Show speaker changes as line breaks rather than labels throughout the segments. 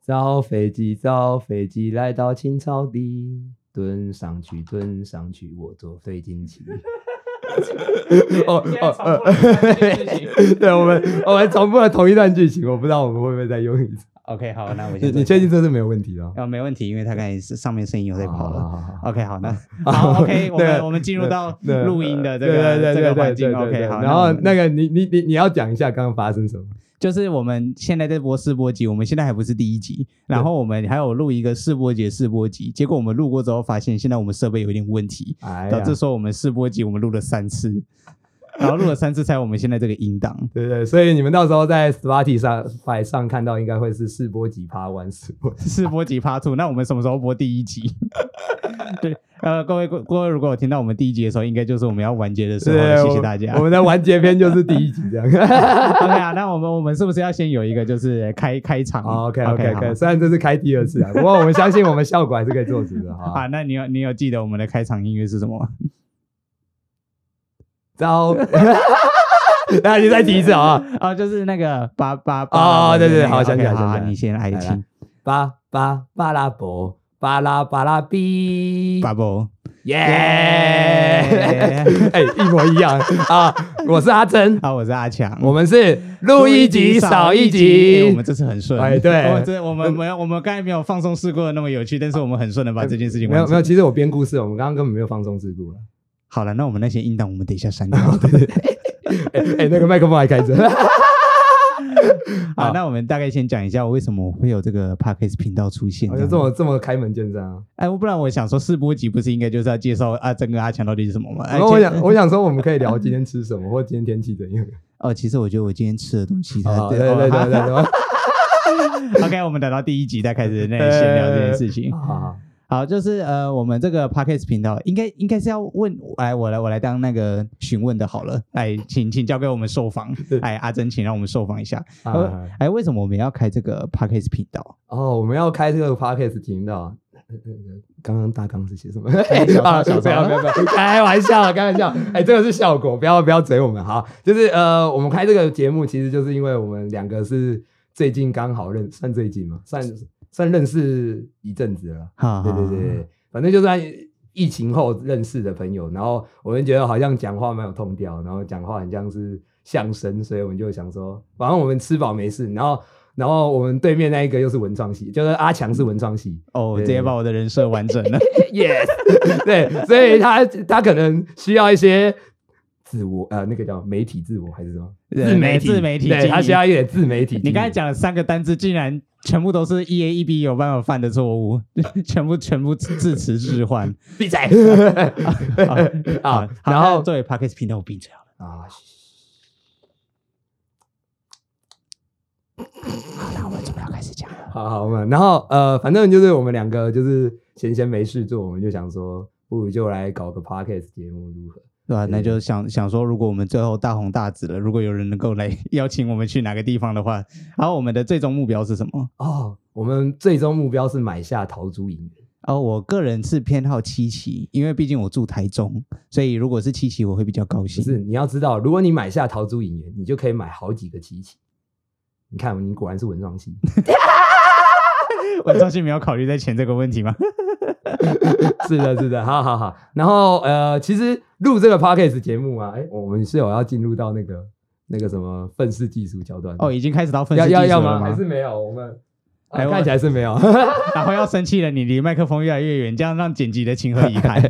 造飞机，造飞机，来到青草地，蹲上去，蹲上去，我做飞行器。哦
现在
哦
重复了这件事
呃， 对，我们我们重复了同一段剧情，我不知道我们会不会再用一次。
OK，好，那我
你
先
你确定这是没有问题的哦？
啊，没问题，因为他刚才是上面声音有在跑
好
了。
好好好
OK，好，那
好
好 OK，我
啊对
们我们进入到
对
录音的这
对对
个
对
这
对
个
对
环境。
对对
OK，
对
好，
然后
我们
那个你你你你要讲一下刚刚发生什么？
就是我们现在在播试播集，我们现在还不是第一集，然后我们还有录一个试播集的试播集，结果我们录过之后发现，现在我们设备有点问题，
哎
导
呀，
致说我们试播集我们录了三次，然后录了三次才有我们现在这个音档。
对对，所以你们到时候在 Spotify 上 Spotify 上看到，应该会是试播集趴 one 试播集。
试播集趴出，那我们什么时候播第 一集？对，呃，各位各位，如果有听到我们第一集的时候，应该就是我们要完结的时候了，
对
谢谢大家。
我我们的完结篇就是第一集这样。
OK 啊，那我们我们是不是要先有一个就是开开场
好 OK OK
好
OK，虽然这是哦开第二 次啊，不过我们相信我们效果还是可以做足的
啊，
哈。
那你有你有记得我们的开场音乐是什 么吗？
招，那你再提一次啊，
哦，就是那个巴巴巴
哦
拉伯的
对对
那个
好想起来
OK，
想起
好
来
你先来
来
听
巴巴巴拉伯，巴拉巴拉比，
巴布，
耶！
耶
哎，一模一样啊！我是阿珍，
啊好，我是阿强，
我们是录一集少一
哎
集
我们，这次很顺，
哎对
我们这我们没有我们刚才没有放松试过的那么有趣，但是我们很顺的把这件事情
没有
完
没
成。
有，其实我编故事，我们刚刚根本没有放松事故了。
好了，那我们那些音档我们等一下删 掉。
哎、哎那个麦克风还开 着。
好，那我们大概先讲一下我为什么我会有这个 podcast 频道出现
我
这
就
样
啊这
子。
么这么开门见山啊！
哎，我不然我想说试播集不是应该就是要介绍阿珍跟阿强到底是什么吗？哎
然后我
其
想，我想说，我们可以聊今天吃什么，或今天天气怎样。
哦，其实我觉得我今天吃的东西，
啊，
它
对对对对 对。好
OK，我们等到第一集再开始那个闲聊这件事 情。
好好，
好，就是呃，我们这个 podcast 频道应该应该是要问，来我来我来当那个询问的好了，哎，请请交给我们受访
对，
哎，阿珍，请让我们受访一下。
啊
呃哎，为什么我们要开这个 podcast 频道？
哦，我们要开这个 podcast 频道。呃呃呃刚刚大纲是写什么？
哎 小
啊，
抄小抄
不要不要不要，开玩笑，开玩笑。哎，这个是效果，不要不要嘴我们。好，就是呃，我们开这个节目，其实就是因为我们两个是最近刚好认，算最近嘛，算算认识一阵子了。
啊哈
对对对，对，反正就算疫情后认识的朋友，然后我们觉得好像讲话蛮有痛调，然后讲话很像是相声，所以我们就想说，反正我们吃饱没事，然后然后我们对面那一个又是文创系，就是阿强是文创系
哦，直接把我的人设完整了。
，yes，对，所以他他可能需要一些。自我呃，那个叫媒体自我还是什么？
对
自媒体，
自媒体
对，
经
他
营
需要一点自媒体经营。
你刚才讲的三个单字，竟然全部都是 E A E B 有办法犯的错误，全部全部字词 置换。
闭嘴
好
啊！
好
然
那
后
作为 podcast 频道，我闭嘴好了。
啊，嘘
好那我们准备要开始讲了。
好好嘛，然后呃，反正就是我们两个就是闲闲没事做，我们就想说，不如就来搞个 podcast 节目如何？
对吧、
对
那就想想说，如果我们最后大红大紫了，如果有人能够来 邀请我们去哪个地方的话，然后我们的最终目标是什么？
哦，我们最终目标是买下桃竹影园。
哦，我个人是偏好七期，因为毕竟我住台中，所以如果是七期，我会比较高
不
兴。
是，你要知道，如果你买下桃竹影园，你就可以买好几个机器。你看，你果然是文创系，
我赵信没有考虑在钱这个问题吗？
是的，是的，好好好。然后呃，其实录这个 podcast 节目啊，哎，我们是有要进入到那个那个什么愤世技术桥段的
哦，已经开始到分析
要
技术
要要
了
吗？还是没有？我们、啊
哎我
看起来是没有。
然后要生气了，你离麦克风越来越远，这样让剪辑的情何以 堪？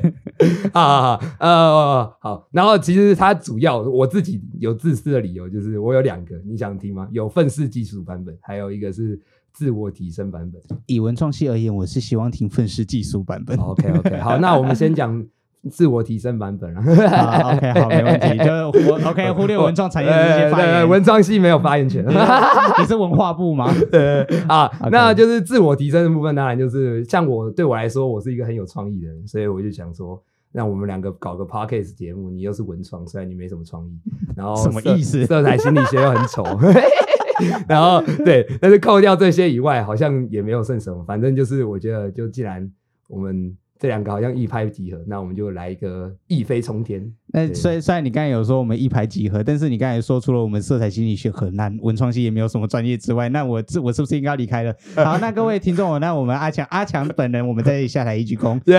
啊，呃，好，然后其实它主要我自己有自私的理由，就是我有两个，你想听吗？有愤世技术版本，还有一个是自我提升版本。
以文创系而言，我是希望听愤世技 术版本。
OK OK，好，那我们先讲自我提升版本了。
啊 OK，好，没问题。 就是我 OK，忽略文创产业的这些发
呃对
言。
对文创系没有发言权。
你是文化部吗？
呃啊
OK
那就是自我提升的部分，当然就是像我对我来说，我是一个很有创意的人，所以我就想说，让我们两个搞个 podcast 节目，你又是文创，虽然你没什么创意，然后
什么
色
意思
色彩心理学又很丑。 然后对，但是扣掉这些以外，好像也没有剩什么。反正就是我觉得，就既然我们这两个好像一拍即合，那我们就来一个一飞冲天。
那
对
虽虽然你刚才有说我们一拍即合，但是你刚才说除了我们色彩心理学很难，文创系也没有什么专业之外，那我这我是不是应该要 离开了？好，那各位听众，那我们阿强阿强本人，我们在这里下台一鞠躬。
对，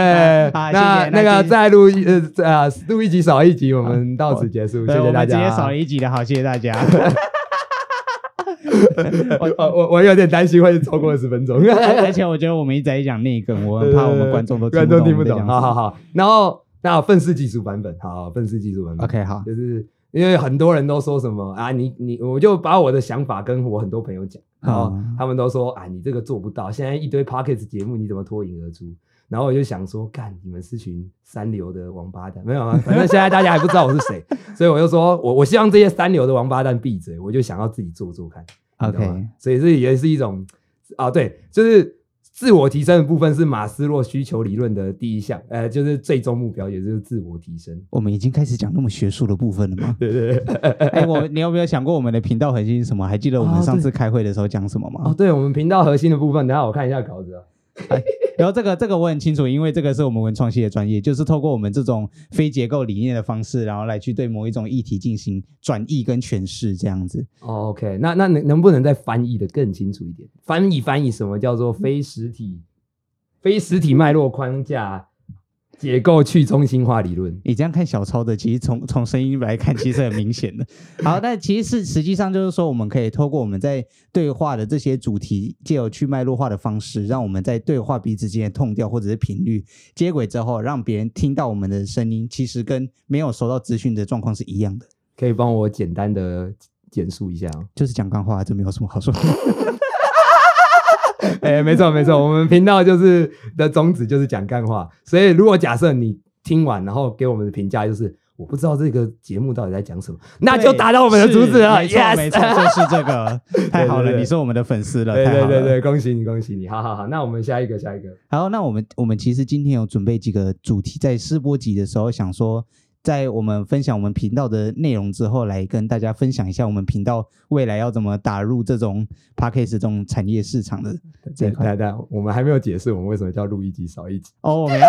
好
那
谢谢
那
那
个
今
再录一呃啊录一集少一集，我们到此结 束，谢
对
谢
我
大
们直
家。
接少了一集的好，谢谢大家。
我 我我有点担心会超过十分 钟，
而且我觉得我们一直在讲内梗，我很怕我们观众都
观众听不
不
懂。 好好好，然后那愤世嫉俗版本，好愤世嫉俗版本。
，OK，好，
就是因为很多人都说什么啊，你你，我就把我的想法跟我很多朋友讲，然后
嗯
他们都说啊，你这个做不到，现在一堆 p o c k e t 节目你怎么脱颖而出？然后我就想说，干你们是群三流的王八蛋，没有啊，反正现在大家还不知道我是谁，所以我就说我我希望这些三流的王八蛋闭嘴，我就想要自己做做看。你知道吗
OK
所以这也是一种啊，对，就是自我提升的部分是马斯洛需求理论的第一项，呃，就是最终目标，也就是自我提升。？
我们已经开始讲那么学术的部分了 吗
对对对。
哎，我你有没有想过我们的频道核心是什么？还记得我
哦
们
对
上次开会的时候讲什么吗？
哦，对，我们频道核心的部分，等一下我看一下稿子啊。
然后这个这个我很清楚，因为这个是我们文创系的专业，就是透过我们这种非结构理念的方式，然后来去对某一种议题进行转译跟诠释，这样子。
哦，OK，那那能能不能再翻译的更清楚一点？翻译翻译什么叫做非实体、非实体脉络框架结构去中心化理论？
你这样看小抄的，其实从从声音来看，其实很明 显的。好，那其实是实际上就是说，我们可以透过我们在对话的这些主题，借由去脉络化的方式，让我们在对话彼此之间的痛调或者是频率接轨之后，让别人听到我们的声音，其实跟没有收到资讯的状况是一样的。
可以帮我简单的简述一下吗
就是讲干话，这没有什么好说的。
哎、没错没错，我们频道就是的宗旨就是讲干话，所以如果假设你听完然后给我们的评价就是。我不知道这个节目到底在讲什么，那就
对
达到我们的主旨了。
是没错
yes!
没错，就是这个，太好
对对
了，
对
你是我们的粉丝 了，
对
太
对
好
对
了。
对，恭喜你恭喜你，好好好，那我们下一个下一个。
好，那我们我们其实今天有准备几个主题，在试播集的时候想说，在我们分享我们频道的内容之后，来跟大家分享一下我们频道未来要怎么打入这种 p a c k a g e 这种产业市场的这一
对，
块。
但但我们还没有解释我们为什么叫录一集少一 集。
哦，我们要。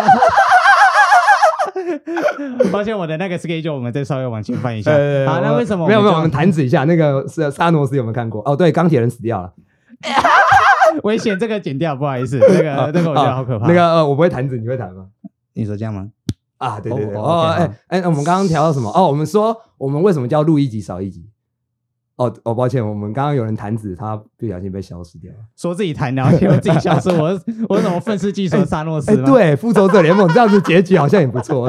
抱歉，我的那个 schedule 我们再稍微往前翻一下。好，那为什么
没有没有？
就
呃我们弹指一下，那个是沙诺斯有没有看过？哦，对，钢铁人死掉了，
危险？这个剪掉，不好 意思，这个这个我觉得好可怕。
那个呃，我不会弹指，你会弹吗？
你说这样吗？
啊，对对对，
哦
哦，
哦，OK，
哎
好
哎，我们刚刚调到什么？哦，我们说我们为什么叫录一集少一集？哦哦，抱歉，我们刚刚有人弹指，他不小心被消失掉了。
说自己弹，然后结果自己消失，我我怎么愤世嫉俗？萨诺 斯
哎，
吗？，
对，复仇者联盟这样子结局好像也不 错。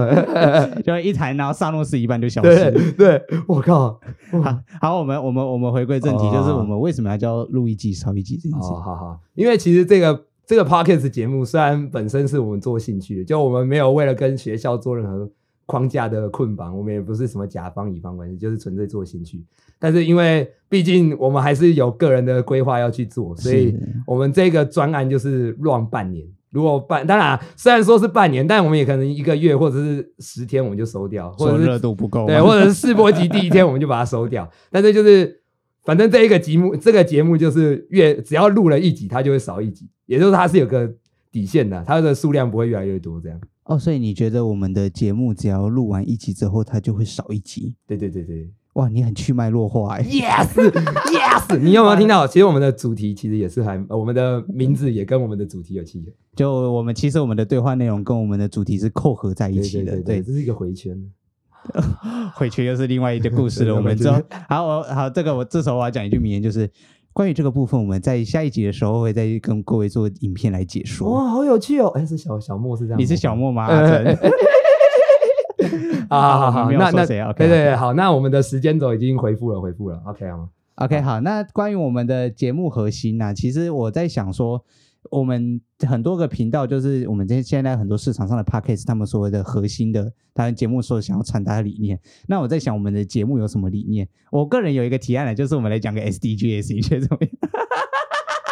就一弹，然后萨诺斯一半就消失。
对对，我靠！
好， 好，我们我们我们回归正题，
哦
就是我们为什么要叫录一季少一季这件事
哦，？好好，因为其实这个这个 podcast 节目虽然本身是我们做兴趣的，就我们没有为了跟学校做任何框架的捆绑，我们也不是什么甲方乙方关系，就是纯粹做兴趣。但是因为毕竟我们还是有个人的规划要去做，所以
是
我们这个专案就是乱半年。如果半当然啊、虽然说是半年，但我们也可能一个月或者是十天我们就收掉，或
说
者
热
是
度不哦够吗，
对，或者是试播集第一天我们就把它收掉。但是就是，反正这一个节目，这个节目就是越只要录了一集，它就会少一集，也就是它是有个底线的，它的数量不会越来越多这样。
哦，所以你觉得我们的节目只要录完一集之后，它就会少一集？
对对对对
哇，你很去脉络化哎。
，yes yes，你有没有听到？其实我们的主题其实也是还，呃我们的名字也跟我们的主题有契合，
就我们其实我们的对话内容跟我们的主题是扣合在一
对
起
对
的，
对对，这是一个回圈。
回去又是另外一个故事了。
对
我们
回去
之后，好，我好，这个我这时候我要讲一句名言，就是关于这个部分，我们在下一集的时候会再跟各位做影片来解说。
哇，好有趣哦！哎，是小小莫是这样吗，
你是小莫 吗？阿
呃
成
啊，好好好，
没有
那
说
那
谁啊
对
，OK，
对对，好，那我们的时间轴已经回复了，回复了，OK 好吗？
OK，好，那关于我们的节目核心呢、其实我在想说，我们很多个频道，就是我们这现在很多市场上的 podcast，他们所谓的核心的，他们节目所想要传达的理念。那我在想，我们的节目有什么理念？我个人有一个提案呢，就是我们来讲个 SDGs，你觉得怎么样？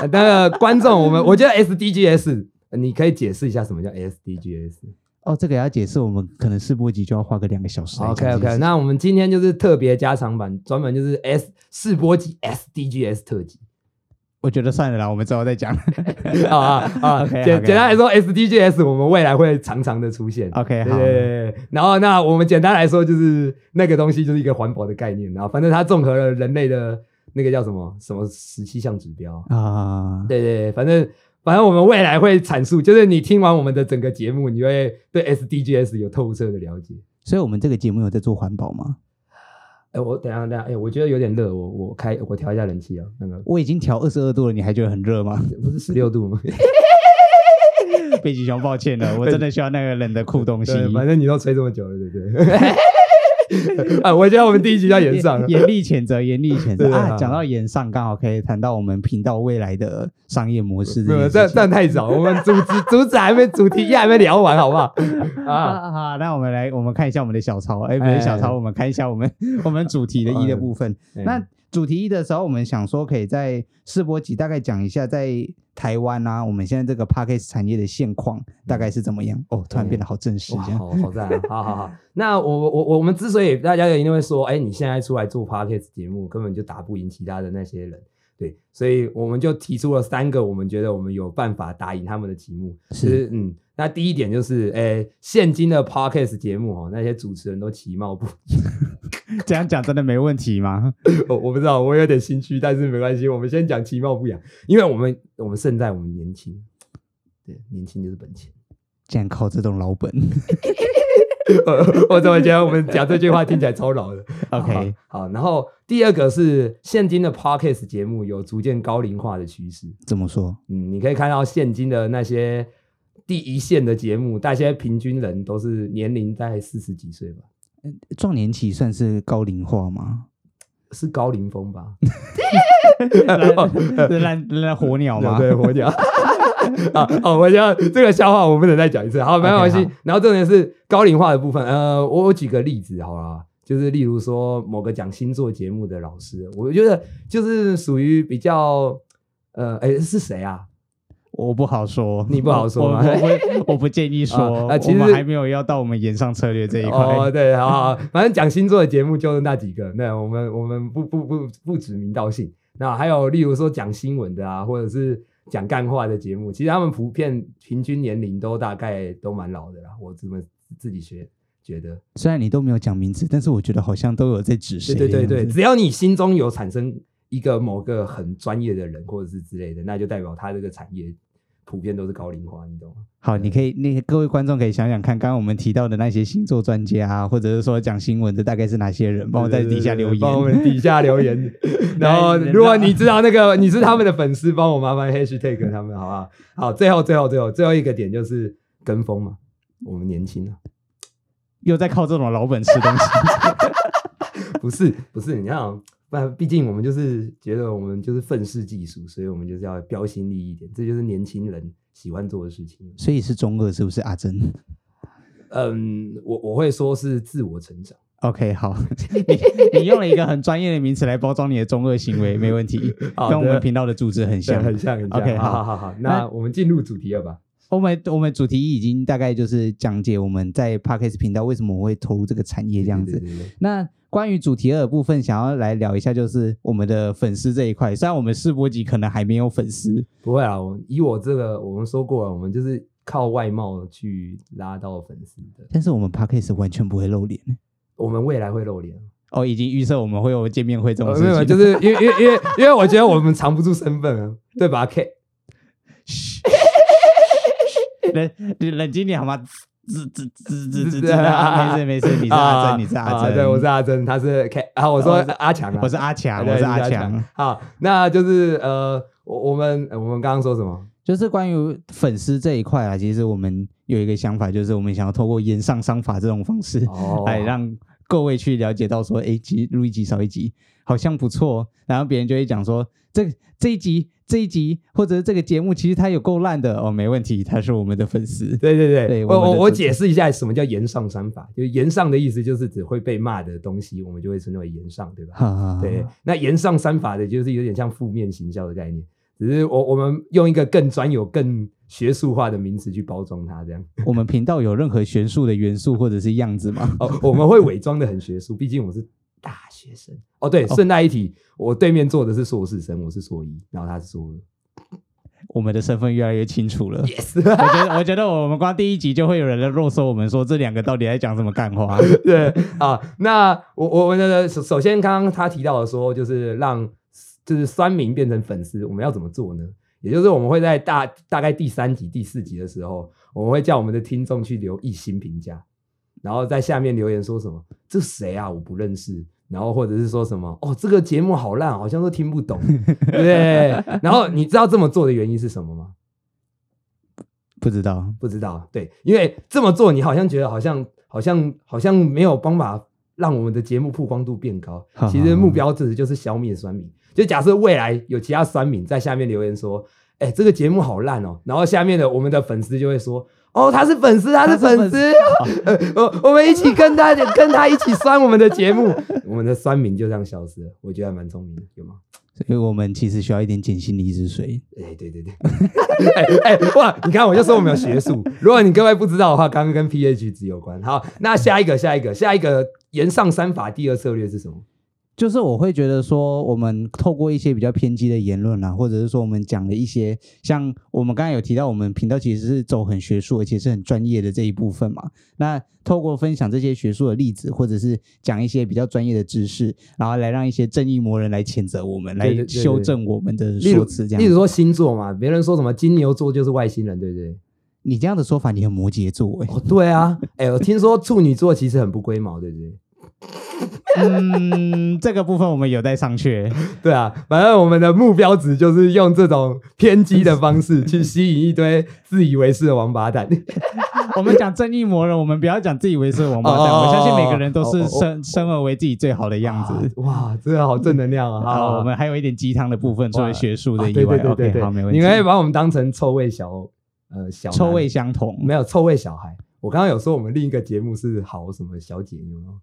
呃那个观众，我们我觉得 SDGs，呃你可以解释一下什么叫 SDGs。
哦，这个要解释，我们可能试播集就要花个两个小时来讲这
OK
件事。
OK，那我们今天就是特别加长版，专门就是 S 试播集 SDGs 特辑。
我觉得算了啦，我们之后再讲。
啊啊啊！
OK，
简
OK
简单来说，SDGs 我们未来会常常的出现。
OK，
对
好
对，对对然后那我们简单来说，就是那个东西就是一个环保的概念，然后反正它综合了人类的那个叫什么什么十七项指标。
啊，
对对，对反正反正我们未来会阐述，就是你听完我们的整个节目，你会对 SDGs 有透彻的了解。
所以我们这个节目有在做环保吗？
哎，我等一下等一下，哎，我觉得有点热，我我开我调一下冷气啊，那个
我已经调二十二度了，你还觉得很热吗？
不是十六度吗？
北极熊，抱歉了，我真的需要那个冷的酷东西。
对，反正你都吹这么久了，对不对？ 啊，我觉得我们第一集要 演上了。
严厉谴责，严厉谴
对
责
对
啊！
好
讲到演上，刚好可以谈到我们频道未来的商业模式
没
这
有，
件
这
事情。
这太早，我们主旨主旨还没主题页还没聊完，好不 好？啊，
啊，好，那我们来，我们看一下我们的小抄，哎，不是
哎
小抄，我们看一下我们我们主 题的一的部分。那
哎
主题一的时候，我们想说可以在试播集大概讲一下在台湾啊，我们现在这个 p a c k a g e 产业的现况大概是怎么样。哦，突然变得好正式，
哇
这样
好好赞啊！好好好，那我我我我们之所以大家一定会说，哎，你现在出来做 podcast 节目，根本就打不赢其他的那些人。对，所以我们就提出了三个我们觉得我们有办法打赢他们的题目。
是
就是嗯，那第一点就是，哎，现今的 podcast 节目哦，那些主持人都其貌不
这样讲真的没问题吗？
我我不知道，我有点心虚，但是没关系，我们先讲其貌不扬，因为我们我们胜在我们年轻，对，年轻就是本钱。
竟然靠这种老本
我怎么觉得我们讲这句话听起来超老的
，OK，
好好然后第二个是现今的 podcast 节目有逐渐高龄化的趋势，
怎么说？
嗯，你可以看到现今的那些第一线的节目，大家平均人都是年龄在四十几岁吧，
壮年期算是高龄化 吗？
是高龄风吧？
仍然仍然火鸟吗？
对，火鸟。 啊哦，我要这个笑话我不能再讲一次，好，没
OK，
关系
好。
然后重点是高龄化的部分，呃，我我举个例子好了，就是例如说某个讲星座节目的老师，我觉得就是属于比较，呃，哎是谁啊？
我不好说，
你不好说
我
吗
我我我不建议说，
啊啊其实
我们还没有要到我们演上策略这一块。
哦，对，好好，好反正讲星座的节目就是那几个，那我们我们不不不不指名道姓。那还有例如说讲新闻的啊，或者是讲干话的节目，其实他们普遍平均年龄都大概都蛮老的啦，我这么自己学觉得，
虽然你都没有讲名字，但是我觉得好像都有在指谁
对
的
对
样子。
对对，只要你心中有产生一个某个很专业的人或者是之类的，那就代表他这个产业普遍都是高龄化，你懂吗？
好，你可以那些各位观众可以想想看，刚刚我们提到的那些星座专家啊，或者是说讲新闻的，大概是哪些人？帮我在底下留言。
帮我们底下留言。 然后，
来
如果你知道那个 你是他们的粉丝，帮我麻烦 hashtag 他们，好不好？好，最后最后最后最后一个点就是跟风嘛，我们年轻啊，
又在靠这种老本吃东西。
不是不是，你看啊，那毕竟我们就是觉得我们就是愤世嫉俗，所以我们就是要标新立异一点，这就是年轻人喜欢做的事情。
所以是中二是不是阿珍
嗯，我我会说是自我成长。
？OK，好， 你你用了一个很专业的名词来包装你的中二行为，没问题，
好
跟我们
的
频道的主旨很
对
像，
很像，很啊像。
OK，
好好
好
好好，
那
那我们进入主题了吧？
我们我们主题已经大概就是讲解我们在 Parkes 频道为什么我会投入这个产业这样子。
对对对对
那关于主题二的部分，想要来聊一下，就是我们的粉丝这一块。虽然我们试播集可能还没有粉丝，
不会啊，我以我这个，我们说过了，我们就是靠外貌去拉到粉丝的。
但是我们 Parkes 完全不会露脸。
我们未来会露脸，
哦，已经预设我们会有见面会这种
呃
事
没
情，
有，就是因为因为因为因为我觉得我们藏不住身份啊， 对吧？K，
冷冷冷静点好吗？吱吱吱吱吱吱啊，没事没事，你是阿
啊
珍，你是阿
啊
珍，哦
对，我是阿珍，他是 K 啊，我说
我是
阿强啊，
我是阿
啊
强，
对
我是阿
你
强。
好，那就是呃，我我们我们刚刚说什 么？
就是关于粉丝这一块啊，其实我们有一个想法，就是我们想要透过言上商法这种方式，
哦
来哎让各位去了解到说，诶，其实录一集少一集好像不错，然后别人就会讲说，这这一集这一集或者是这个节目其实它有够烂的哦，没问题，他是我们的粉丝。
对对对，
对
我
我们
我
的
我
这
解释一下什么叫言上三法，就是言上的意思就是只会被骂的东西，我们就会称之为言上，对吧？
哈哈，
对，那言上三法的就是有点像负面行销的概念，只是我我们用一个更专有、更学术化的名词去包装它，这样。
我们频道有任何学术的元素或者是样子吗？
哦，我们会伪装的很学术，毕竟我是大学生。哦，对，顺带一提，我对面坐的是硕士生，我是硕一，然后他是硕二。
我们的身份越来越清楚了。
Yes，
我觉得，我觉得我们光第一集就会有人在肉搜我们说这两个到底在讲什么干 话。
对啊，那我我我那个首首先，刚刚他提到的说，就是让就是酸民变成粉丝，我们要怎么做呢？也就是我们会在大大概第三集、第四集的时候，我们会叫我们的听众去留一星评价，然后在下面留言说什么“这谁啊，我不认识”，然后或者是说什么“哦，这个节目好烂，好像都听不懂”，对不对？然后你知道这么做的原因是什么吗？
不知道，。
不知道，对，因为这么做，你好像觉得好像好像好像没有办法让我们的节目曝光度变高其实目标值就是消灭酸民。就假设未来有其他酸民在下面留言说：“哎、这个节目好烂哦。”然后下面的我们的粉丝就会说：“哦，他是粉丝，他是粉丝，呃，我我们一起跟他跟他一起酸我们的节目。” 我们的酸民就这样消失了。我觉得还蛮聪明的，有吗？
所以我们其实需要一点碱性离子水。
哎、对对 对，哎、哎、哇！你看，我就说我们有学 术。如果你各位不知道的话，刚刚跟 pH 值有关。好，那下一个，下一个，下一个，岩上三法第二策略是什么？
就是我会觉得说，我们透过一些比较偏激的言论啊，或者是说我们讲的一些，像我们刚才有提到，我们频道其实是走很学术，而且是很专业的这一部分嘛。那透过分享这些学术的例子，或者是讲一些比较专业的知识，然后来让一些正义魔人来谴责我们，
对对
来
对对
修正我们的
例如
说辞。这，样
例如说星座嘛，别人说什么金牛座就是外星人，对不对？
你这样的说法，你很摩羯座哎、
哦，对啊。哎、我听说处女座其实很不龟毛，对不对？
嗯，这个部分我们有待商榷。
对啊，反正我们的目标值就是用这种偏激的方 式去吸引一堆自以为是的王八蛋。
我们讲正义魔人，我们不要讲自以为是的王八蛋。
哦哦哦
我相信每个人都是
哦哦哦
生生而为自己最好的样子。
哇，这个好正能量啊！好
好，我们还有一点鸡汤的部分作为学术
啊
的意
对对
外。
对对
OK，
对，
好，没问题。
你可以把我们当成臭味小呃小男
臭味相同，
没有臭味小孩。我刚刚有说我们另一个节目是好什么小姐妞吗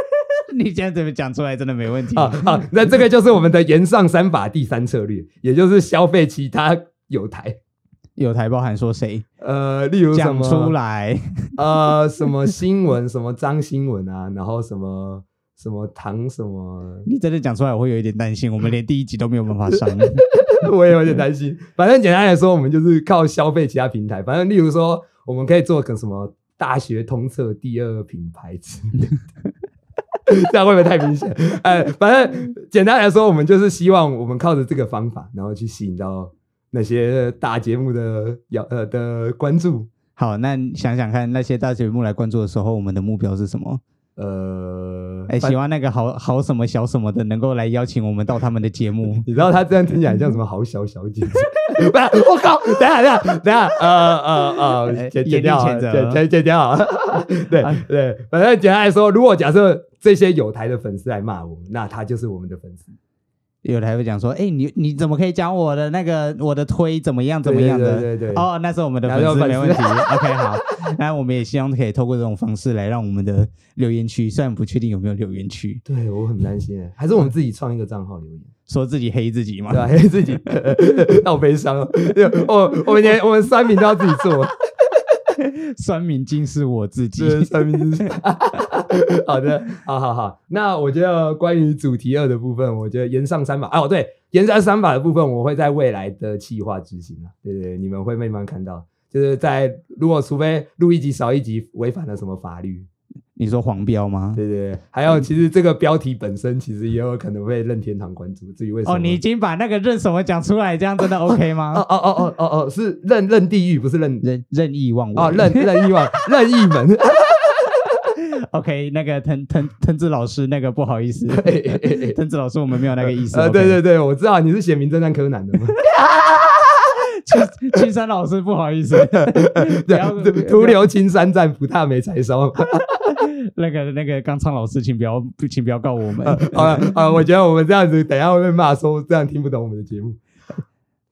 你这样子讲出来真的没问题。
啊 好，那这个就是我们的言上三法第三策略，也就是消费其他有台，
有台包含说谁
呃，例如什
讲
么
出来？，
呃什么新闻，什么张新闻啊，然后什么什么唐什么
你真的讲出来，我会有一点担心。我们连第一集都没有办法 上。
我也有点担心。反正简单来说，我们就是靠消费其他平台。反正例如说，我们可以做个什么大学通测第二品牌之类的。 这样会不会太明显？哎，反正简单来说，我们就是希望我们靠着这个方法，然后去吸引到那些大节目的要呃的关注。
好，那想想看，那些大节目来关注的时候，我们的目标是什么？
呃，
哎，
反。
喜欢那个好好什么小什么的，能够来邀请我们到他们的节目
你知道他这样听起来像什么好小小姐 姐？不是，我靠！等一下，等一下，等一下，呃呃
哎
呃，剪
严
剪
厉
掉啊，
谴责
剪剪剪掉啊。 对对，反正简单来说，如果假设这些有台的粉丝来骂我们，那他就是我们的粉丝。
有台会讲说，哎，你你怎么可以讲我的那个我的推怎么样怎么样的？
对对对对对
哦，那是我们的粉
那是
丝，
我们
没
粉丝
问题。OK，好， 那我们也希望可以透过这种方式来让我们的留言区，虽然不确定有没有留言区，
对我很担心， 还是我们自己创一个账号留言。
说自己黑自己嘛
对。吧、 啊？自己好悲伤 哦。我我们连我们三名都要自己做，
酸民竟是我自己
这。是三名是。 好的，好好好。那我觉得关于主题二的部分，我觉得延上三把哦，对，延上三把的部分，我会在未来的计划执行啊。对对，你们会慢慢看到，就是在如果除非录一集少一集，违反了什么法律，
你说黄标吗？
对对对。还有，其实这个标题本身其实也有可能会任天堂关注，至于为什么
哦，你已经把那个认什么讲出来，这样真的 OK
哦
吗？
哦哦哦哦哦，是任任地狱，不是任
任任意妄为
哦，任任意 门，任意门。
OK，那个藤藤藤子老师，那个不好意思， 藤子老师，我们没有那个意思。
呃，
OK
对对对，我知道你是写名侦探柯南 的嘛，
青青山老师，不好意思，不要
对，徒徒留青山在，不踏梅柴烧。
那个那个冈仓老师，请不要，请不要告我们。
好了，好了，我觉得我们这样子，等一下会被骂说这样听不懂我们的节目，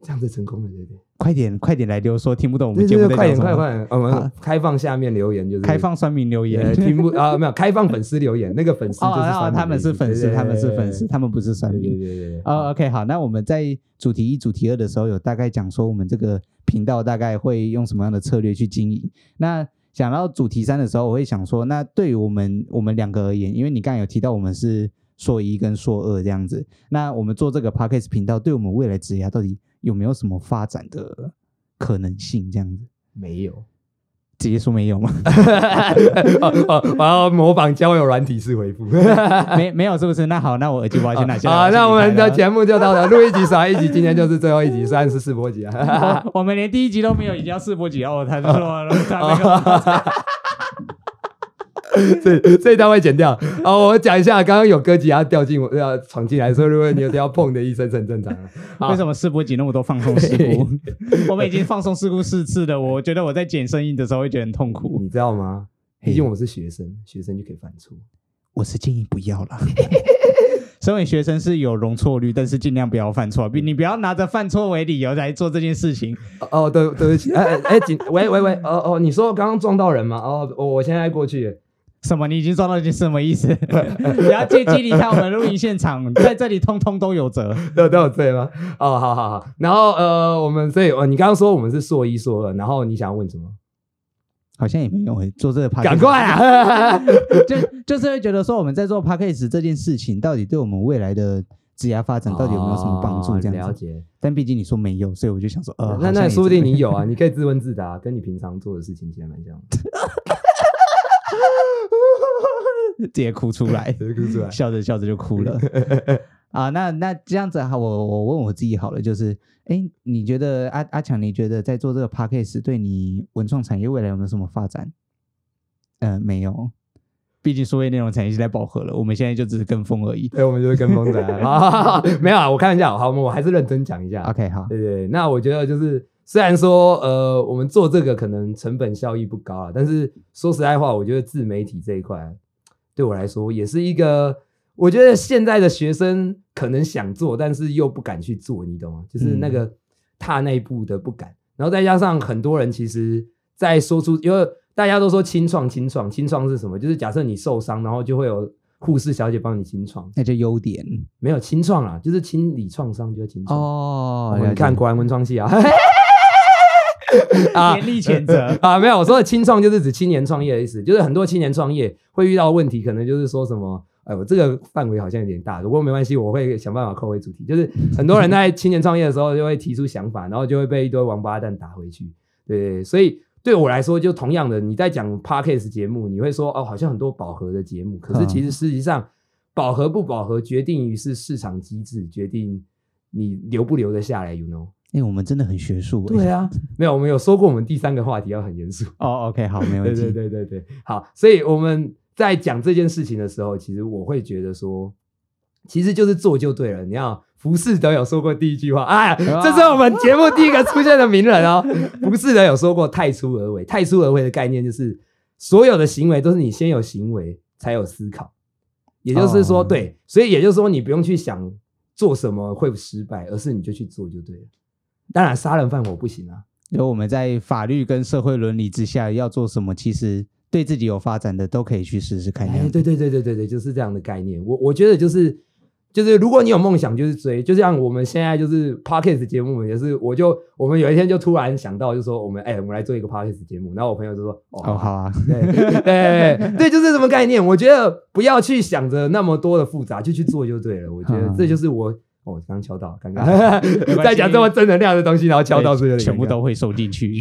这样子成功了，对不对？
快点，快点来留说听不懂我
我
们节目在
快点
讲什
快点
么。
快点，我们
好
开放下面留言就是
开。放酸民留言
呃，。听不啊，没有开放粉丝留言，那个粉丝
哦
就是酸
哦，
民
他们是粉丝，他们是粉丝，，他们不是
对
酸
对对
民。
对对对对对。
哦，OK，好，那我们在主题一、主题二的时候，有大概讲说我们这个频道大概会用什么样的策略去经营。那想到主题三的时候，我会想说，那对于我们我们两个而言，因为你刚才有提到我们是硕一跟硕二这样子，那我们做这个 podcast 频道，对我们未来职业到底有没有什么发展的可能性？这样子，
没有。
直接说没有吗？
哦哦，我要模仿交友软体式回复。
没没有是不是？那好，那我耳机我要先拿下来。
哦好，
要先
那我
离开
们的
了
节目就到这，录一集少一集，今天就是最后一集，三十四波集啊。
我 我们连第一集都没有，已经要试播集哦，他说 他那个，
这这一段会剪掉。哦，我讲一下，刚刚有歌姬要掉进我要闯进来，所以如果你有听到砰的一声，是很正常 的。好
为什么试播集那么多放松事 故？我们已经放松事故四次了，我觉得我在剪声音的时候会觉得很痛苦。
你知道吗？
嘿
毕竟我们是学生，学生就可以犯错。
我是建议不要 啦。身为学生是有容错率，但是尽量不要犯错，你不要拿着犯错为理由来做这件事情。
哦哦，对对不起，哎哎哎，警，喂喂喂，哦哦，你说刚刚撞到人吗？哦，我我现在过去了。
什么？你已经撞到你什么意 思？不要借机离开我们录音现 场，在这里通通都有责。
都都有罪吗？哦，好好好。然后呃，我们所以呃，你刚刚说我们是硕一硕二，然后你想要问什么？
好像也没有诶、做这个 p
赶快啊！
就就是会觉得说我们在做 p a c k a g e 这件事情，到底对我们未来的职业发展到底有没有什么帮助？这
哦
样
了
子，
解。
但毕竟你说没有，所以我就想说，呃，
那
好像
那
也
说不定
是
你有啊，你可以自问自答，跟你平常做的事情其实蛮像 的。
直接哭出来，
直接哭出来
笑着笑着就哭 了。啊，那那这样子哈，我我问我自己好了，就是，哎，你觉得阿阿强，你觉得在做这个 p a c k a g e 对你文创产业未来有没有什么发展？呃，没有，毕竟数位内容产业现在饱和了，我们现在就只是跟风而已。
哎对，我们就是跟风的啊。好好好没有啊，我开玩笑。好，我们我还是认真讲一下。
OK，好，
对对对，那我觉得就是虽然说呃，我们做这个可能成本效益不高啊，但是说实在话，我觉得自媒体这一块对我来说也是一个，我觉得现在的学生可能想做，但是又不敢去做，你懂吗？就是那个踏那一步的不敢，然后再加上很多人其实，在说出因为。大家都说清创，清创，清创是什么？就是假设你受伤，然后就会有护士小姐帮你清创。
那就优点
没有清创啊，就是清理创伤，就叫清创。
哦
我们看果然文创系啊。啊。
严厉谴责
啊，没有，我说的青创就是指青年创业的意思，就是很多青年创业会遇到的问题，可能就是说什么，哎，我这个范围好像有点大，不过没关系，我会想办法扣回主题。就是很多人在青年创业的时候就会提出想法，然后就会被一堆王八蛋打回去。对，所以对我来说，就同样的，你在讲 podcast 节目，你会说哦，好像很多饱和的节目，可是其实实际上饱和不饱和，决定于是市场机制决定你留不留得下来，you know。
哎、我们真的很学术、欸。
对啊， 没有，我们有说过，我们第三个话题要很严肃。
哦，OK，好， 没
对
问题。
对对对对，好，所以我们在讲这件事情的时候，其实我会觉得说，其实就是做就对了。你看，福士德有说过第一句话，哎 呀，
啊
这是我们节目第一个出现的名人哦。福士德有说过“太初而为”，太初而为的概念就是所有的行为都是你先有行为才有思考，也就是说，
哦
对，所以也就是说，你不用去想做什么会失败，而是你就去做就对了。当然，杀人犯我不行啊，
就我们在法律跟社会伦理之下要做什么，其实对自己有发展的都可以去试试看。这
哎，
样
对对对对对对，就是这样的概念。我我觉得就是就是，如果你有梦想，就是追。就像我们现在就是 podcast 节目，也是，我就我们有一天就突然想到，就说我们哎、我们来做一个 podcast 节目。然后我朋友就说，哦，
哦，好啊，
对 对对对，就是这么概念。我觉得不要去想着那么多的复杂，就去做就对了。我觉得
嗯啊
这就是我。哦，刚敲到，刚刚 在讲这么正能量的东西，然后敲到是有点尴尬
全部都会收进去。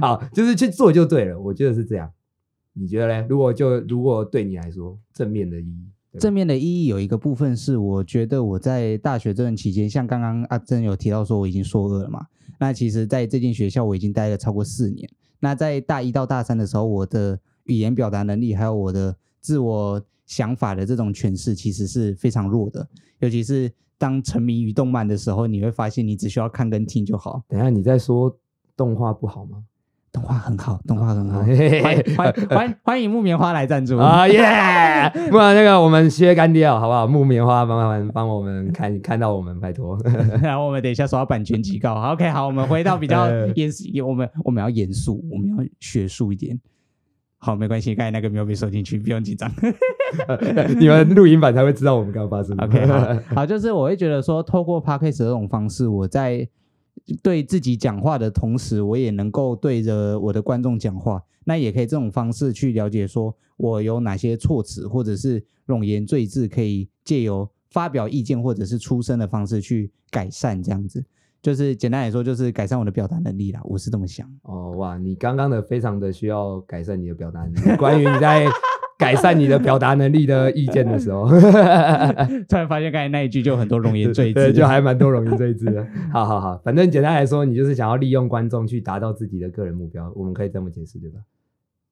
好，就是去做就对了。我觉得是这样，你觉得嘞？如果就如果对你来说正面的意义，对吧
正面的意义有一个部分是，我觉得我在大学这段期间，像刚刚阿珍有提到说我已经硕二了嘛，那其实在这间学校我已经待了超过四年。那在大一到大三的时候，我的语言表达能力还有我的自我想法的这种诠释其实是非常弱的，尤其是当沉迷于动漫的时候，你会发现你只需要看跟听就好。
等一下你在说动画不好吗？
动画很好，动画很好，
哦嘿嘿嘿
哦欢迎欢迎欢迎欢迎木棉花来赞助
啊耶！不然那个我们薛干爹哦好不好？木棉花帮帮帮我们看看到我们，拜托。
然后我们等一下说到版权提高。好 OK，好，我们回到比较严肃，我们我们要严肃，我们要学术一点。好，没关系，刚才那个没有被收进去，不用紧张。
你们录音版才会知道我们刚刚发生什么。
OK，好，好，就是我会觉得说，透过 p a c k a g e 这种方式，我在对自己讲话的同时，我也能够对着我的观众讲话。那也可以这种方式去了解，说我有哪些措辞或者是冗言赘字，可以借由发表意见或者是出声的方式去改善。这样子，就是简单来说，就是改善我的表达能力啦。我是这么想。
哦，哇，你刚刚的非常的需要改善你的表达能力。关于你在改善你的表达能力的意见的时候，
突然发现刚才那一句就很多冗言赘字，
对，就还蛮多容易这一支 的。好好好，反正简单来说，你就是想要利用观众去达到自己的个人目标，我们可以这么解释，对吧？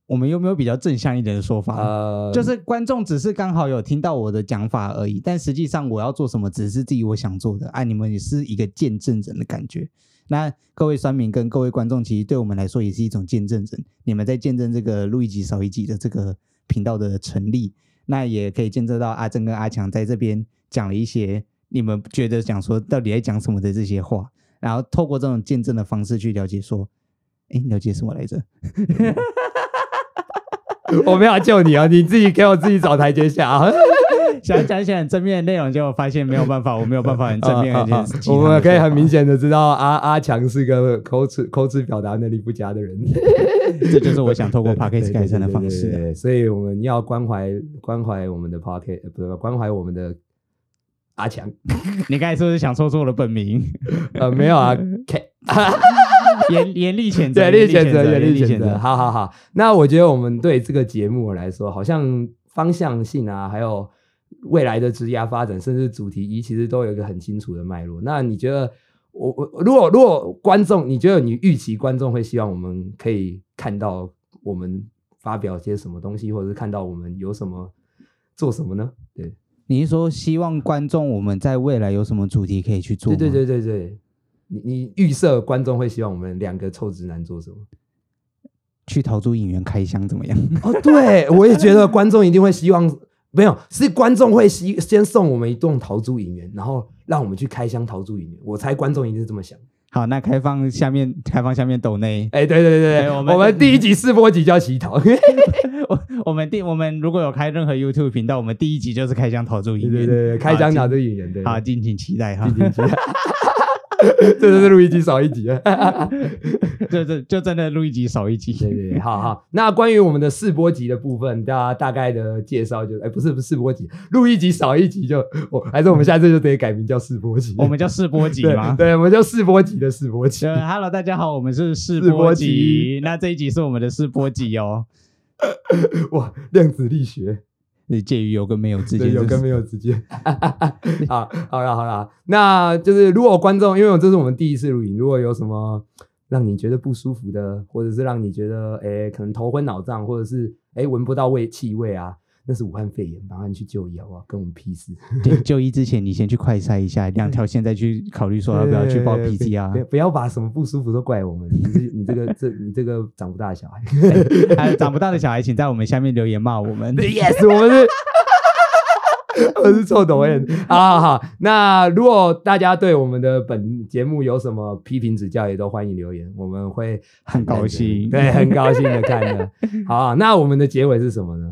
我们有没有比较正向一点的说法？
呃，
啊就是观众只是刚好有听到我的讲法而已，但实际上我要做什么，只是自己我想做的。啊，你们也是一个见证人的感觉。那各位酸民跟各位观众，其实对我们来说也是一种见证人。你们在见证这个录一集少一集的这个频道的成立，那也可以见证到阿珍跟阿强在这边讲了一些你们觉得讲说到底在讲什么的这些话，然后透过这种见证的方式去了解说，哎，了解什么来着？
我没有要救你哦，你自己给我自己找台阶下啊！
想讲一些很正面的内容，结果发现没有办法，我没有办法很正面的 一
啊
件事情。啊
我们可以很明显的知道阿阿强是个口齿口齿表达能力不佳的人，
这就是我想透过 p a c k a g e 改善的方
对对对
式。
对所以我们要关怀关怀我们的 p o c k e t 不是关怀我们的阿强，
你刚才是不是想说出我的 本名？
呃，没有 啊，K
严严厉谴责，
对，力谴责，
严
力
厉
谴责。。好好好，那我觉得我们对这个节目来说，好像方向性啊，还有未来的职涯发展，甚至主题一，其实都有一个很清楚的脉络。那你觉得我，我如果如果观众，你觉得你预期观众会希望我们可以看到我们发表些什么东西，或者是看到我们有什么做什么呢？对，
你是说希望观众我们在未来有什么主题可以去做？
对对。对对对。你你预设观众会希望我们两个臭直男做什么？
去逃出影院开箱怎 么样？
哦，对，我也觉得观众一定会希望，没有是观众会希先送我们一栋桃珠影园，然后让我们去开箱桃珠影园。我猜观众一定是这么想。
好，那开放下面，开放下面抖内。
哎，对对对对，
哎
我
我
们
们
第一集试播集就要乞 讨。
我我们第我们如果有开任何 YouTube 频道，我们第一集就是开箱逃出影
对对
院。
对对，开箱桃珠影园，对，
好，
对，
敬请期待哈。
这就是录一集少一集了。
就就就真的录一集少一集。
对对对，好好。那关于我们的试播集的部分，大家大概的介绍就是，哎，不是不是试播集，录一集少一集就，我还是我们下次就得改名叫试播集。
我们叫试播集
对
吗？
对，我们叫试播集的试播集。
呃，Hello，大家好，我们是试
试播
播
集
集。那这一集是我们的试播集哦，
哇，量子力学，
是呃介于有跟没有之
对，
间，
有
就是
跟没有之 间。好，好啦，好啦，那就是如果观众，因为这是我们第一次录影，如果有什么让你觉得不舒服的，或者是让你觉得诶可能头昏脑胀，或者是诶闻不到味气味啊，那是武汉肺炎，麻烦去就医好不好？跟我们屁事。
对就医之前，你先去快筛一下，两条线再去考虑说要啊不要去报啊
对对对不
PCR。
不要把什么不舒服都怪我们，你这你这个这你这个长不大的小孩。
还有哎长不大的小孩，请在我们下面留言骂我们。
Yes，我们 是，我是臭抖 M。好好好，那如果大家对我们的本节目有什么批评指教，也都欢迎留言，我们会
很
认
高
真
兴
对，很高兴的看 的。好啊、那我们的结尾是什么呢？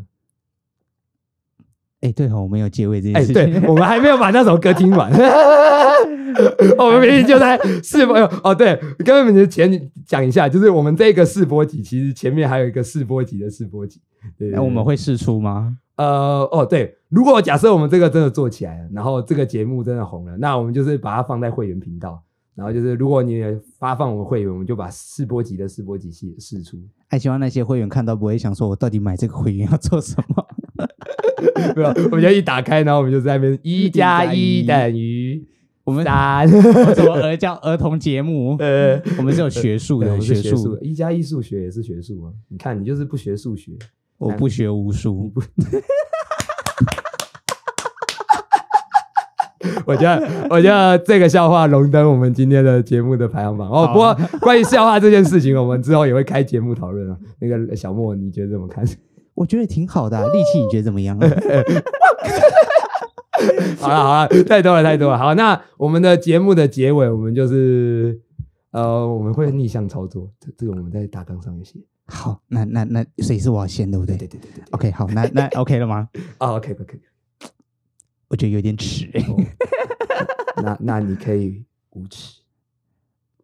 哎，对哦，我们有结尾这
哎、
件事
对
情。
我们还没有把那首歌听完。 我们明明就在试播哦，对，跟你们前讲一下，就是我们这个试播集，其实前面还有一个试播集的试播集。对对
那我
对
们会试出吗？
呃，哦，对，如果假设我们这个真的做起来了，然后这个节目真的红了，那我们就是把它放在会员频道，然后就是如果你发放我们会员，我们就把试播集的试播集系试出，
哎，希望那些会员看到不会想说，我到底买这个会员要做什么？
没有，我们就一打开，然后我们就在那边一加一等于啊
我们
三，
什么儿叫儿童 节目？
呃，
我们是有学术
对我
的，
们
学
是学术
术
的，，一加一数学也是学术啊，你看你就是不学数学，
我不学无术。
我觉得，我觉得这个笑话荣登我们今天的节目的排行榜哦。
好
不过关于笑话这件事情，我们之后也会开节目讨论啊。那个小莫，你觉得怎么看？
我觉得挺好 的、啊，力气你觉得怎么样啊？
好了好了，太多了太多了。好，那我们的节目的结尾，我们就是呃，我们会逆向操作，这这个我们在大纲上有写。
好，那那那，所以是我要先，对不对？
对对对对对，
OK，好，那那 OK 了吗？
啊，OK OK，
我哎 觉得有点迟、欸，
那那你可以无耻。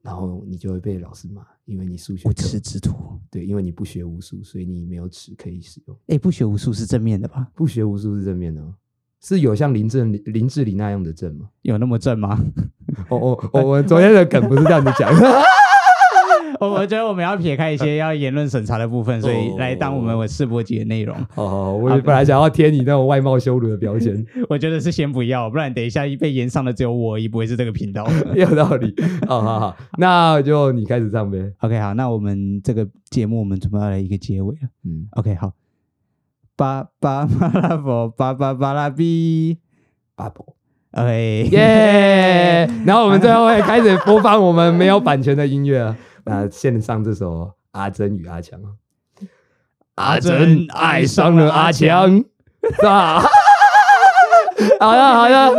然后你就会被老师骂，因为你数学
无
课
耻之徒。
对，因为你不学无术，所以你没有尺可以使用。
哎，不学无术是正面的吧？
不学无术是正面的吗，是有像林正林志玲那样的正吗？
有那么正吗？
哦哦哦，我昨天的梗不是这样子 讲，
我我觉得我们要撇开一些要言论审查的部分，所以
哦
来当我们我试播集的内容。
哦，我本来想要贴你那种外貌羞辱的标签，
我觉得是先不要，不然等一下被延上的只有我而已，不会是这个频道。
也 有道理。好好 好，那就你开始唱呗。
OK，好，那我们这个节目我们准备要来一个结尾了。
嗯，
OK，好，巴巴巴拉佛巴巴巴拉比，
八宝，
哎，
耶！然后我们最后会开始播放我们没有版权的音乐 啊，那献上这首《阿珍与阿强》啊。阿珍爱上了阿强，是吧？ 好了好了，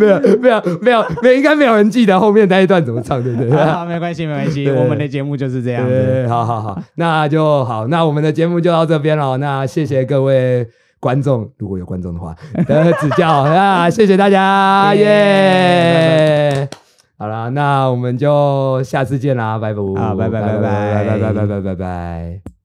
没有没有没有没有，应该没有人记得后面那一段怎么唱，对 不对？
好好，没关系，没关系，
对
我们的节目就是这样子。
对，好好好，那就好，那我们的节目就到这边了。那谢谢各位观众，如果有观众的话的指 教，那谢谢大家，
耶
耶！好啦，那我们就下次见啦，拜拜
啊好拜拜
拜
拜拜
拜拜拜拜拜拜。